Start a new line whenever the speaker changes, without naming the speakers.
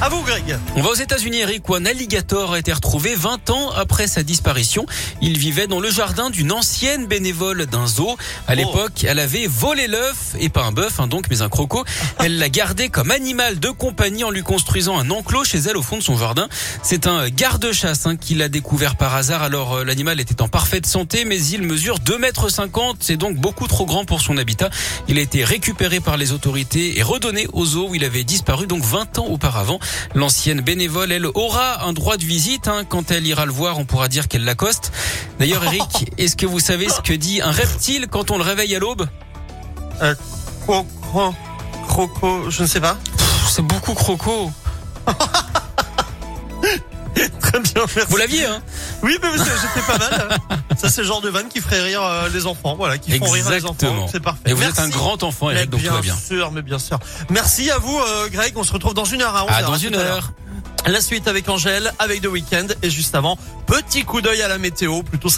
À vous, Greg.
On va aux États-Unis, Eric, où un alligator a été retrouvé 20 ans après sa disparition. Il vivait dans le jardin d'une ancienne bénévole d'un zoo. À l'époque, elle avait volé l'œuf, et pas un bœuf, hein, donc, mais un croco. Elle l'a gardé comme animal de compagnie en lui construisant un enclos chez elle au fond de son jardin. C'est un garde-chasse hein, qui l'a découvert par hasard. Alors, euh, l'animal était en parfaite santé, mais il mesure 2,50 mètres. C'est donc beaucoup trop grand pour son habitat. Il a été récupéré par les autorités et redonné au zoo où il avait disparu, donc 20 ans auparavant. L'ancienne bénévole, elle, aura un droit de visite. hein. Quand elle ira le voir, on pourra dire qu'elle l'accoste. D'ailleurs, Eric, est-ce que vous savez ce que dit un reptile quand on le réveille à l'aube
Cro- cro- Croco, je ne sais pas.
Pff, C'est beaucoup croco.
Très bien, merci.
Vous l'aviez, hein
Oui, mais c'est- j'étais pas mal. Ça, c'est le genre de vanne qui ferait rire euh, les enfants. Voilà, qui font rire les enfants.
Exactement.
C'est parfait.
Et vous êtes
Merci.
un grand enfant,
Mais
Eric, donc tout va
bien
bien.
sûr, mais bien sûr. Merci à vous, euh, Greg. On se retrouve dans une heure. À 11
À
heures.
Ah, dans
À tout
une
à l'heure.
heure.
La suite avec Angèle, avec The Weeknd. Et juste avant, petit coup d'œil à la météo. Plutôt